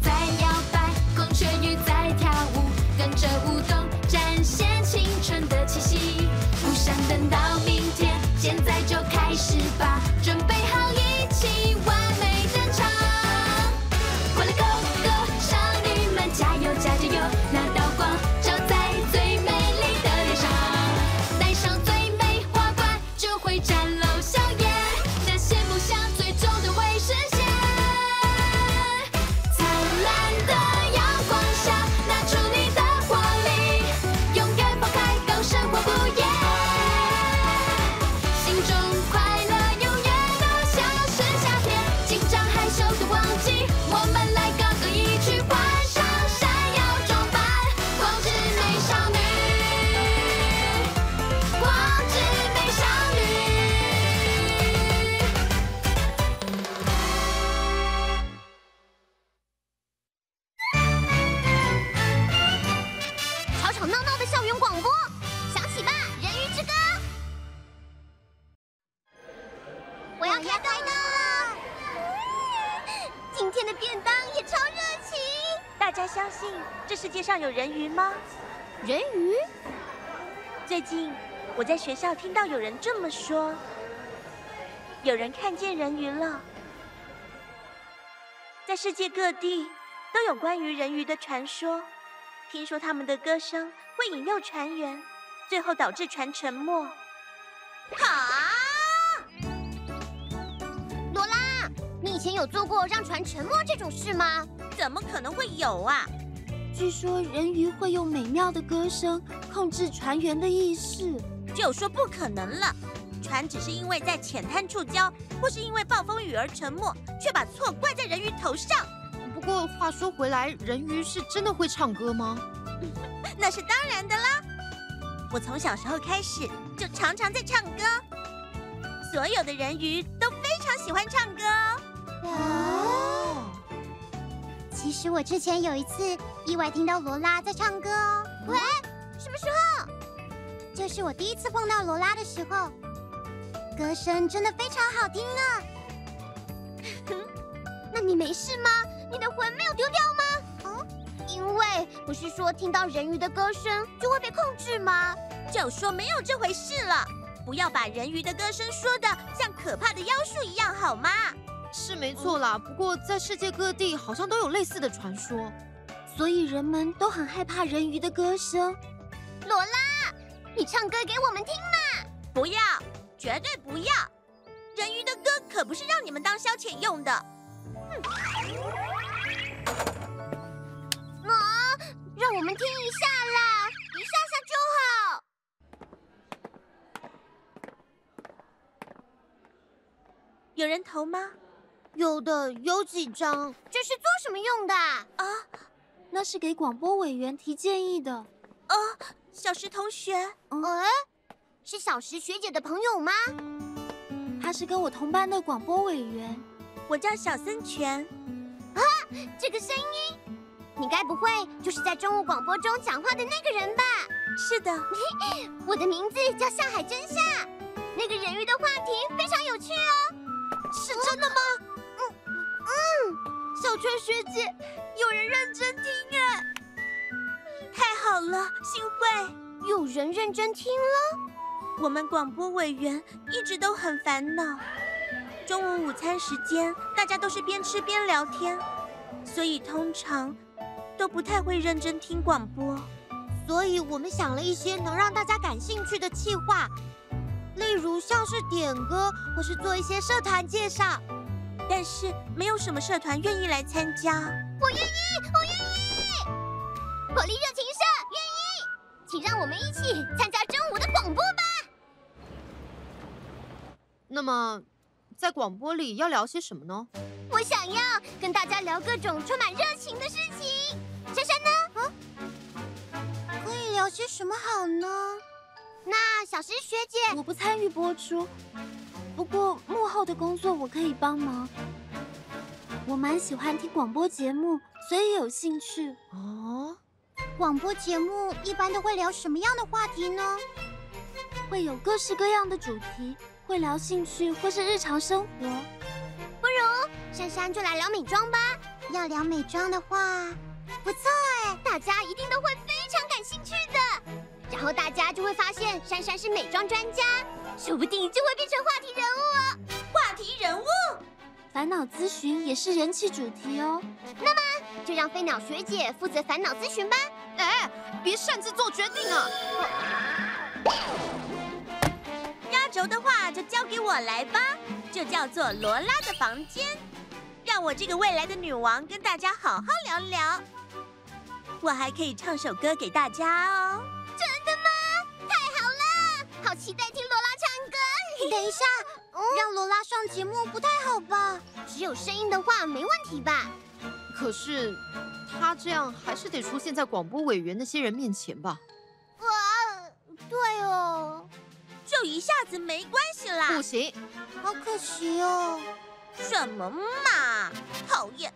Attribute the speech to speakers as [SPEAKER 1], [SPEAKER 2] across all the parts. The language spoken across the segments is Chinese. [SPEAKER 1] 在摇摆，孔雀鱼在跳舞，跟着舞动展现青春的气息。不想等到明天，现在就开始吧，准备好一起完美登场。快乐 Go Go，少女们加油加着油，那道光照在最美丽的脸上，戴上最美花冠就会展露笑颜，那些梦想最终都会实现。灿烂的阳光下，拿出你的活力，勇敢放开，高声活不厌。心中快乐永远都像是夏天，紧张害羞的忘记，我们来高歌一曲，换上闪耀装扮，光之美少女，光之美少女。
[SPEAKER 2] 吵吵闹闹的校园广播，响起吧，《人鱼之歌》！我要开动了！今天的便当也超热情。
[SPEAKER 3] 大家相信这世界上有人鱼吗？
[SPEAKER 2] 人鱼，
[SPEAKER 3] 最近我在学校听到有人这么说，有人看见人鱼了。在世界各地都有关于人鱼的传说，听说他们的歌声会引诱船员，最后导致船沉没。
[SPEAKER 2] 好。罗拉，你以前有做过让船沉没这种事吗？
[SPEAKER 3] 怎么可能会有啊？
[SPEAKER 4] 据说人鱼会用美妙的歌声控制船员的意识。
[SPEAKER 3] 就说不可能了。船只是因为在浅滩触礁，或是因为暴风雨而沉没，却把错怪在人鱼头上。
[SPEAKER 5] 不过话说回来，人鱼是真的会唱歌吗？
[SPEAKER 3] 那是当然的啦。我从小时候开始就常常在唱歌，所有的人鱼都非常喜欢唱歌哦。
[SPEAKER 5] 哦，
[SPEAKER 2] 啊其实我之前有一次意外听到罗拉在唱歌哦。喂，什么时候？就是我第一次碰到罗拉的时候，歌声真的非常好听呢。 那你没事吗？你的魂没有丢掉吗？嗯，因为不是说听到人鱼的歌声就会被控制吗？
[SPEAKER 3] 就说没有这回事了。不要把人鱼的歌声说的像可怕的妖术一样，好吗？
[SPEAKER 5] 是没错啦。不过在世界各地好像都有类似的传说。
[SPEAKER 4] 所以人们都很害怕人鱼的歌声。
[SPEAKER 2] 罗拉，你唱歌给我们听吗？
[SPEAKER 3] 不要，绝对不要！人鱼的歌可不是让你们当消遣用的。哦
[SPEAKER 2] 啊，让我们听一下啦，一下下就好。
[SPEAKER 3] 有人投吗？
[SPEAKER 4] 有的有几张，
[SPEAKER 2] 这是做什么用的啊？
[SPEAKER 3] 啊
[SPEAKER 4] 那是给广播委员提建议的。嗯
[SPEAKER 3] 啊，小石同学，
[SPEAKER 2] 哎，是小石学姐的朋友吗？
[SPEAKER 4] 他是跟我同班的广播委员。
[SPEAKER 3] 我叫小森泉。
[SPEAKER 2] 这个声音，你该不会就是在中午广播中讲话的那个人吧？
[SPEAKER 3] 是的，
[SPEAKER 2] 我的名字叫夏海真夏，那个人鱼的话题非常有趣哦。是真的吗？嗯嗯，小泉学姐，有人认真听哎，
[SPEAKER 3] 太好了，幸会。
[SPEAKER 2] 有人认真听了。
[SPEAKER 3] 我们广播委员一直都很烦恼。中午午餐时间，大家都是边吃边聊天，所以通常都不太会认真听广播。
[SPEAKER 4] 所以我们想了一些能让大家感兴趣的企划，例如像是点歌，或是做一些社团介绍。
[SPEAKER 3] 但是没有什么社团愿意来参加。
[SPEAKER 2] 火力热情社愿意，请让我们一起参加中午的广播吧。
[SPEAKER 5] 那么，在广播里要聊些什么呢？
[SPEAKER 2] 我想要跟大家聊各种充满热情的事情。珊珊呢？
[SPEAKER 4] 嗯可以聊些什么好呢？
[SPEAKER 2] 那小石学姐，
[SPEAKER 4] 我不参与播出，不过幕后的工作我可以帮忙。我蛮喜欢听广播节目，所以有兴趣。
[SPEAKER 5] 哦，
[SPEAKER 2] 广播节目一般都会聊什么样的话题呢？
[SPEAKER 4] 会有各式各样的主题，会聊兴趣或是日常生活。
[SPEAKER 2] 不如珊珊就来聊美妆吧。要聊美妆的话，不错哎，
[SPEAKER 4] 大家一定都会非常感兴趣的。然后大家就会发现珊珊是美妆专家，说不定就会变成话题人物哦。
[SPEAKER 3] 话题人物，
[SPEAKER 4] 烦恼咨询也是人气主题哦。那么就让飞鸟学姐负责烦恼咨询吧。
[SPEAKER 5] 哎，别擅自做决定啊！
[SPEAKER 3] 呃压轴的话就交给我来吧，这叫做罗拉的房间，让我这个未来的女王跟大家好好聊聊。我还可以唱首歌给大家哦。
[SPEAKER 4] 好期待听罗拉唱歌，
[SPEAKER 2] 等一下，让罗拉上节目不太好吧？
[SPEAKER 4] 只有声音的话没问题吧？
[SPEAKER 5] 可是他这样还是得出现在广播委员那些人面前吧？
[SPEAKER 2] 对哦，
[SPEAKER 3] 就一下子没关系啦
[SPEAKER 5] 不，行，
[SPEAKER 2] 好可惜哦。
[SPEAKER 3] 什么嘛，讨厌！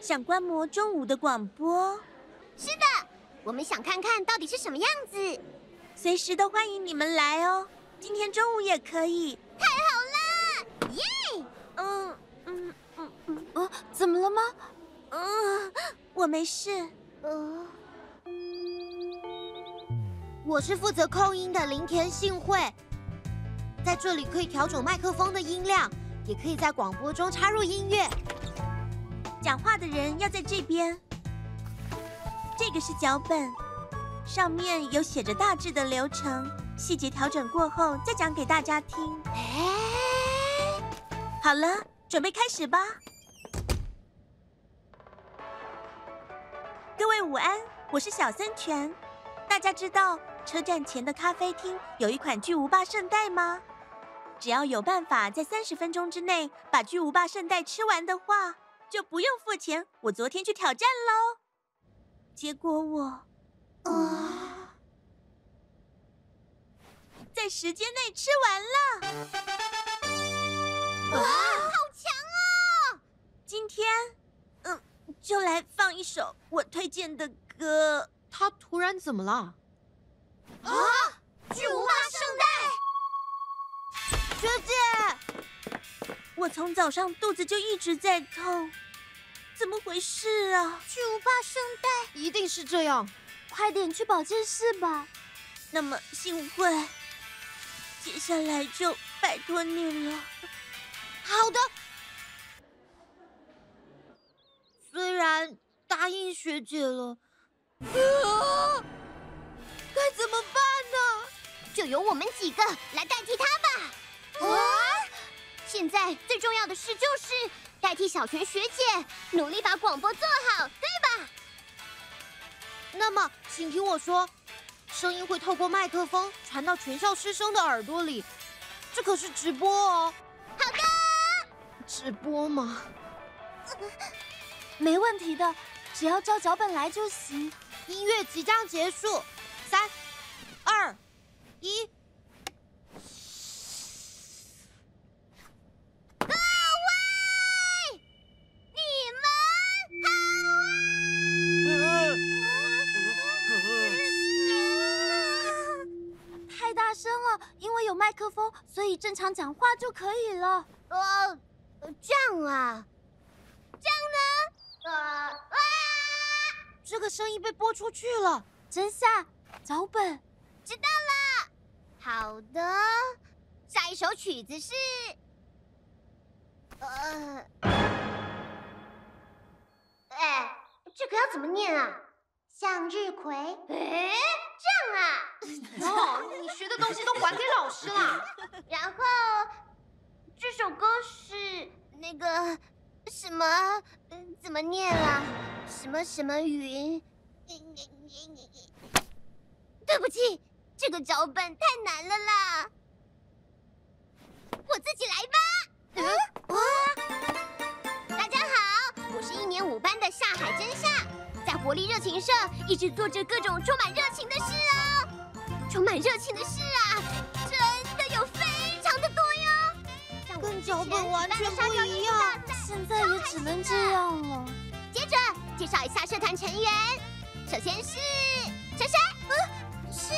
[SPEAKER 3] 想观摩中午的广播，
[SPEAKER 4] 我们想看看到底是什么样子。
[SPEAKER 3] 随时都欢迎你们来哦。今天中午也可以。太好了，耶！嗯嗯嗯嗯
[SPEAKER 4] 呃，怎么了吗？
[SPEAKER 3] 嗯，我没事。
[SPEAKER 2] 呃，
[SPEAKER 3] 我是负责控音的林田幸惠，在这里可以调整麦克风的音量，也可以在广播中插入音乐。讲话的人要在这边。这个是脚本，上面有写着大致的流程，细节调整过后再讲给大家听。好了，准备开始吧。各位午安，我是小森泉。大家知道车站前的咖啡厅有一款巨无霸圣代吗？只要有办法在三十分钟之内把巨无霸圣代吃完的话，就不用付钱。我昨天去挑战喽，结果我
[SPEAKER 2] 啊，
[SPEAKER 3] 在时间内吃完了。哇，好强哦！今天，嗯，就来放一首我推荐的歌。
[SPEAKER 5] 他突然怎么了？
[SPEAKER 3] 巨无霸圣代。学姐，我从早上肚子就一直在痛，怎么回事啊？
[SPEAKER 2] 巨无霸圣代，
[SPEAKER 5] 一定是这样。
[SPEAKER 4] 快点去保健室吧。
[SPEAKER 3] 那么幸会，接下来就拜托你了。
[SPEAKER 5] 好的。虽然答应学姐了，啊，该怎么办呢？
[SPEAKER 4] 就由我们几个来代替他吧。
[SPEAKER 5] 哦
[SPEAKER 4] 现在最重要的事就是代替小泉学姐，努力把广播做好，对吧？
[SPEAKER 5] 那么，请听我说，声音会透过麦克风传到全校师生的耳朵里，这可是直播哦。好的。直播吗？呃
[SPEAKER 4] 没问题的，只要照脚本来就行。
[SPEAKER 5] 音乐即将结束，三、二、一。
[SPEAKER 4] 太大声了，因为有麦克风，所以正常讲话就可以了。
[SPEAKER 2] 呃，这样啊，
[SPEAKER 4] 呃啊
[SPEAKER 5] 这个声音被播出去了。
[SPEAKER 4] 真夏，脚本
[SPEAKER 2] 好的，下一首曲子是，呃，哎，这个要怎么念啊？向日葵。哎，这样 啊。
[SPEAKER 5] 哦，你学的东西都还给老师啦。
[SPEAKER 2] 然后这首歌是那个什么，嗯，怎么念啊？什么什么云？对不起，这个脚本太难了啦，我自己来吧。嗯
[SPEAKER 4] 呃大家好，我是一年五班的夏海真夏，在活力热情社一直做着各种充满热情的事哦，充满热情的事啊，真的有非常的多哟。像我们
[SPEAKER 5] 跟脚本完全
[SPEAKER 4] 班的沙雕
[SPEAKER 5] 不一样
[SPEAKER 4] 大战
[SPEAKER 2] 现在也只能这样了。
[SPEAKER 4] 接着介绍一下社团成员，首先是珊珊，嗯，是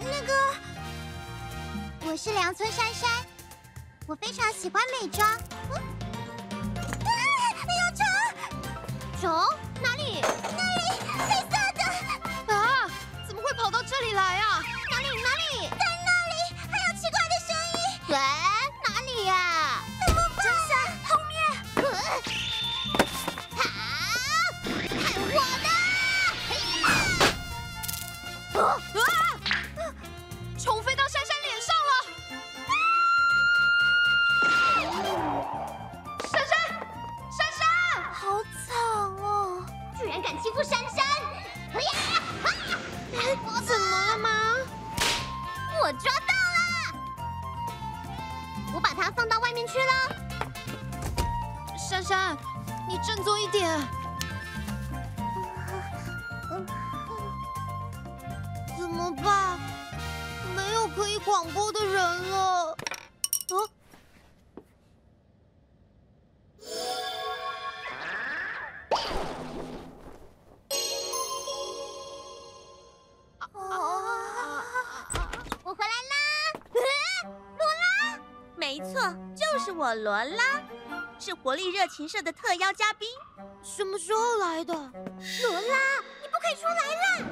[SPEAKER 4] 那个啊
[SPEAKER 2] 我是梁村珊珊，我非常喜欢美妆。嗯
[SPEAKER 5] 啊
[SPEAKER 4] 啊啊啊哦付珊珊。哎呀啊我
[SPEAKER 5] 怎么了吗？
[SPEAKER 4] 我抓到了，我把它放到外面去了。
[SPEAKER 5] 珊珊，你振作一点。怎么办？没有可以广播的人了。哦，
[SPEAKER 4] 我回来啦！
[SPEAKER 3] 没错，就是我罗拉，是活力热情社的特邀嘉宾。
[SPEAKER 5] 什么时候来的？
[SPEAKER 4] 罗拉，你不可以说来了。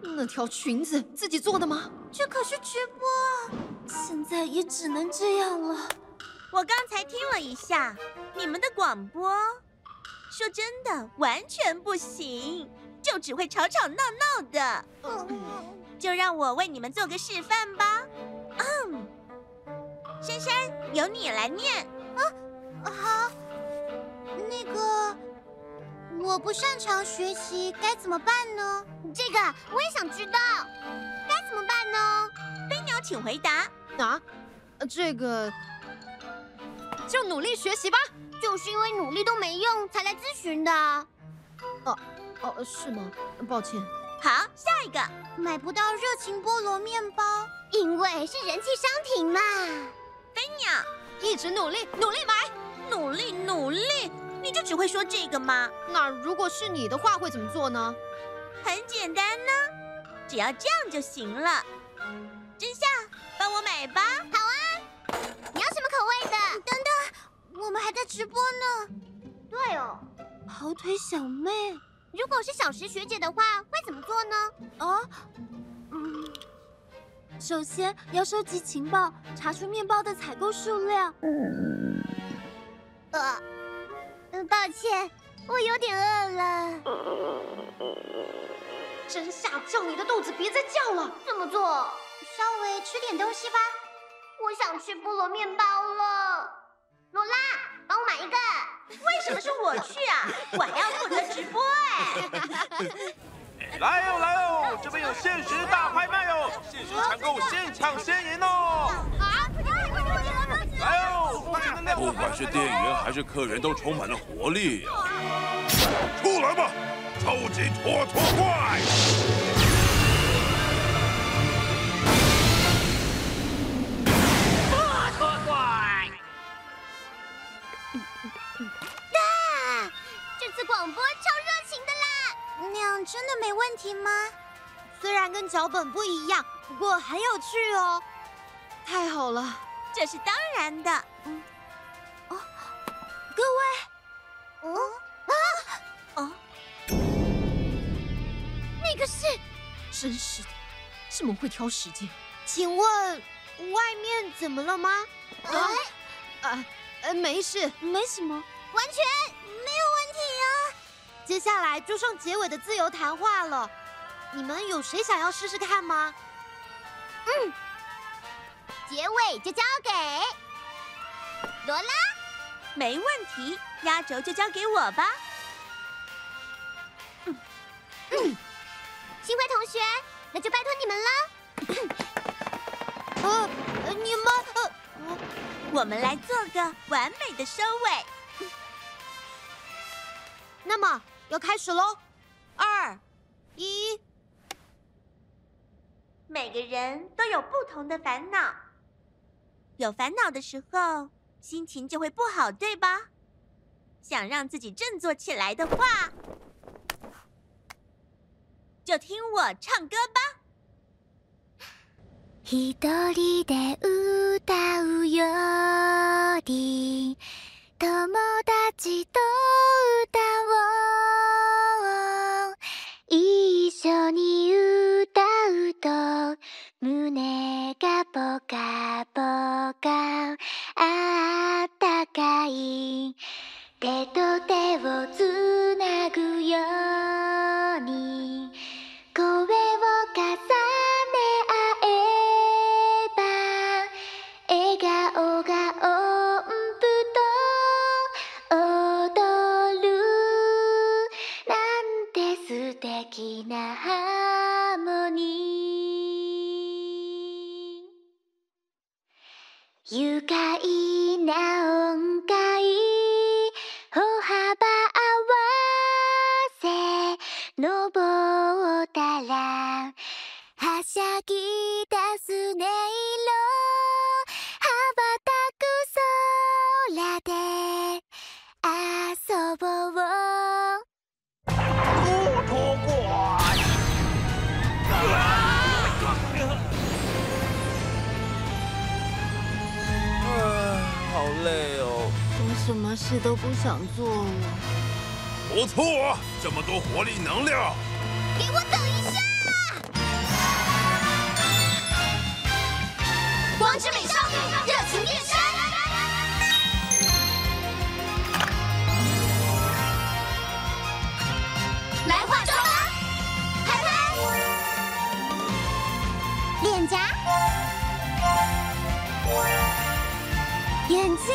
[SPEAKER 5] 那条裙子自己做的吗？
[SPEAKER 4] 这可是直播，现在也只能这样了。
[SPEAKER 3] 我刚才听了一下你们的广播，说真的，完全不行，就只会吵吵闹闹的。就让我为你们做个示范吧。嗯，珊珊，由你来念。
[SPEAKER 2] 好，那个，我不擅长学习，该怎么办呢？
[SPEAKER 4] 这个我也想知道，该怎么办呢？
[SPEAKER 3] 飞鸟，请回答。
[SPEAKER 5] 啊，呃这个就努力学习吧。
[SPEAKER 4] 就是因为努力都没用，才来咨询的。
[SPEAKER 5] 哦，是吗？抱歉。
[SPEAKER 3] 好，下一个。
[SPEAKER 2] 买不到热情菠萝面包，
[SPEAKER 4] 因为是人气商品嘛。
[SPEAKER 5] 一直努力，努力买。
[SPEAKER 3] 努力努力，你就只会说这个吗？
[SPEAKER 5] 那如果是你的话，会怎么做呢？
[SPEAKER 3] 很简单呢，只要这样就行了。真夏，帮我买吧。
[SPEAKER 4] 你要什么口味的？
[SPEAKER 2] 我们还在直播呢。
[SPEAKER 4] 对哦，
[SPEAKER 2] 跑腿小妹，
[SPEAKER 4] 如果是小石学姐的话，会怎么做呢？
[SPEAKER 2] 哦嗯首先要收集情报，查出面包的采购数量。
[SPEAKER 4] 呃，嗯，抱歉，我有点饿了。
[SPEAKER 5] 真下叫你的肚子别再叫了。
[SPEAKER 4] 怎么做？
[SPEAKER 2] 稍微吃点东西吧。
[SPEAKER 4] 我想吃菠萝面包了。罗拉，帮我买一个。
[SPEAKER 3] 为什么是我去啊？我还要负责直播哎。
[SPEAKER 6] 来哦来哦，这边有限时大拍卖哦，限时抢购，现抢现赢哦！
[SPEAKER 4] 啊！快点，快点，快点，快点！
[SPEAKER 6] 来哦，发现能量
[SPEAKER 7] 不管是店员还是客人，都充满了活力呀、出来吧，超级拖拖怪！
[SPEAKER 4] 这次广播超热情的啦！
[SPEAKER 2] 那样真的没问题吗？
[SPEAKER 5] 虽然跟脚本不一样，不过很有趣哦。太好了，
[SPEAKER 3] 这是当然的。
[SPEAKER 4] 那个是
[SPEAKER 5] 真是的，这么会挑时间。请问外面怎么了吗？啊，呃，呃，没事，没什么。
[SPEAKER 4] 完全没有问题啊！
[SPEAKER 5] 接下来就剩结尾的自由谈话了，你们有谁想要试试看吗？
[SPEAKER 4] 结尾就交给罗拉。
[SPEAKER 3] 没问题，压轴就交给我吧。
[SPEAKER 4] 新辉同学，那就拜托你们了。
[SPEAKER 5] 呃，呃你们呃，
[SPEAKER 3] 我们来做个完美的收尾。
[SPEAKER 5] 那么要开始喽，
[SPEAKER 3] 二，
[SPEAKER 5] 一。
[SPEAKER 3] 每个人都有不同的烦恼，有烦恼的时候，心情就会不好，对吧？想让自己振作起来的话，就听我唱歌吧。
[SPEAKER 4] 一人で歌うより友達と歌おう一緒に歌うと胸がポカポカあったかい手と手をつなぐように声を重ね合えば笑顔が音符と踊るなんて素
[SPEAKER 1] きなハーモニー愉快な音階歩幅合わせ登ったらはしゃぎ出す音色羽ばたく空で遊ぼう
[SPEAKER 6] 啊好累哦。
[SPEAKER 5] 我什么事都不想做了。
[SPEAKER 7] 不错啊，这么多活力能量。
[SPEAKER 4] 给我等一下！光之美少女，热情变身。来化妆吧，拍拍。
[SPEAKER 2] 脸颊、眼睛、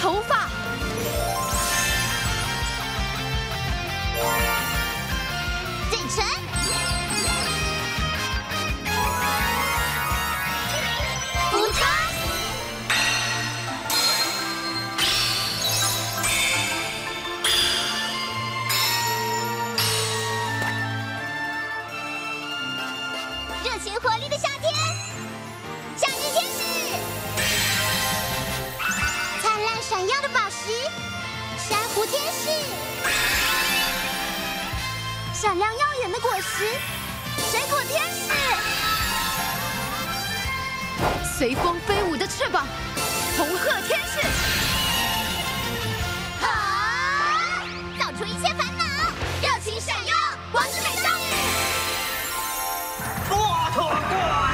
[SPEAKER 5] 头发，
[SPEAKER 4] 嘴唇。服装。热情活力的夏天，夏日天使。
[SPEAKER 2] 灿烂闪耀的宝石、珊瑚天使、闪亮耀眼的果实、水果天使。
[SPEAKER 5] 随风飞舞的翅膀，红鹤天使。
[SPEAKER 4] 好，扫除一切烦恼，热情闪耀，光之美少女。骆驼怪。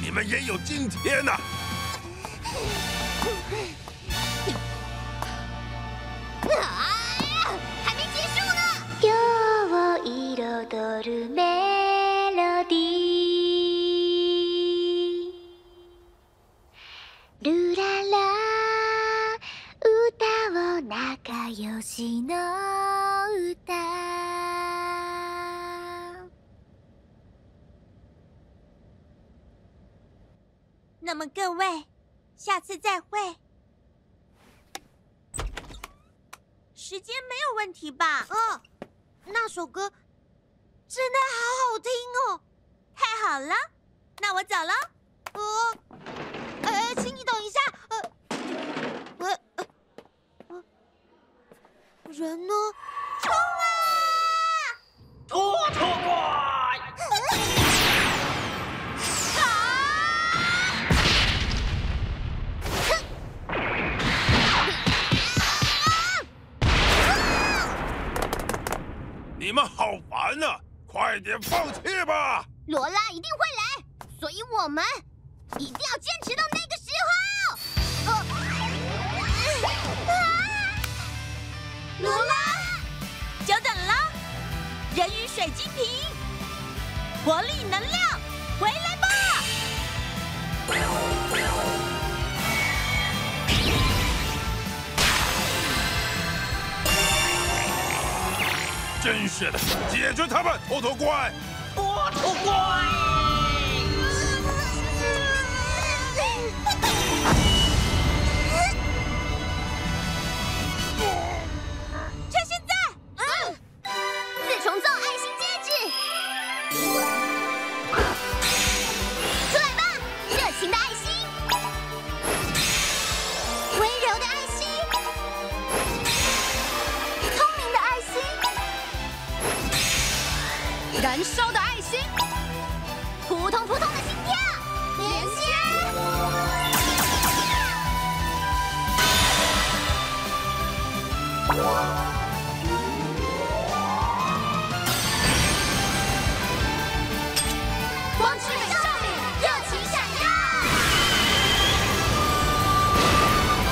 [SPEAKER 7] 你们也有今天呐、
[SPEAKER 4] 啊还没结束呢。
[SPEAKER 1] 今日を彩るメロディールララ歌を仲良しの歌
[SPEAKER 3] 那么各位，下次再会。时间没有问题吧？嗯，那首歌真的好好听哦，太好了。那我走了。哦，呃，请你等一下。呃，我、呃呃人呢？冲啊！啊
[SPEAKER 7] 你们好烦呐、快点放弃吧！
[SPEAKER 4] 罗拉一定会来，所以我们一定要坚持到那个时候。呃啊罗拉，
[SPEAKER 3] 久等了，人鱼水晶瓶，活力能量，回来吧！
[SPEAKER 7] 真是的，解决他们，头头怪！
[SPEAKER 4] 趁现在！嗯，四重奏爱心戒指，出来吧，热情的爱心，温柔的爱心，聪明的爱心。
[SPEAKER 5] 燃烧的爱心，
[SPEAKER 4] 扑通扑通的心跳，莲香。光之美少女，热情闪耀。
[SPEAKER 7] 啊！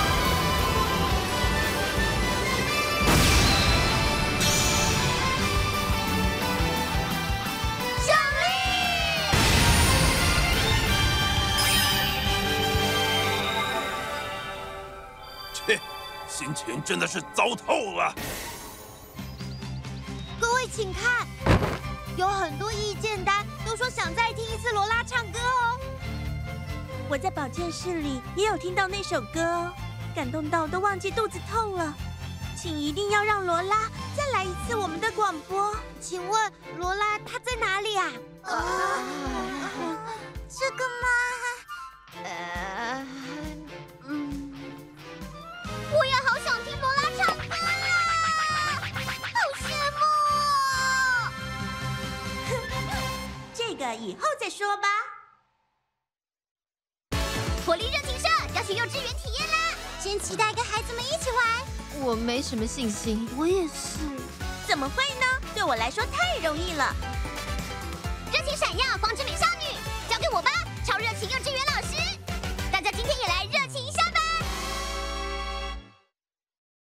[SPEAKER 7] 心情真的是糟透了。
[SPEAKER 5] 各位请看，有很多意见单都说想再听一次罗拉唱歌哦。
[SPEAKER 3] 我在保健室里也有听到那首歌哦，感动到都忘记肚子痛了。请一定要让罗拉再来一次我们的广播。
[SPEAKER 5] 请问罗拉她在哪里啊？啊，这个吗？呃，嗯，
[SPEAKER 4] 我也好想听罗拉唱歌啊，好羡慕哦！
[SPEAKER 3] 这个以后再说吧。
[SPEAKER 4] 活力热情社要去幼稚园体验啦！
[SPEAKER 2] 真期待跟孩子们一起玩。
[SPEAKER 5] 我没什么信心。
[SPEAKER 2] 我也是。
[SPEAKER 3] 怎么会呢？对我来说太容易了。
[SPEAKER 4] 热情闪耀，光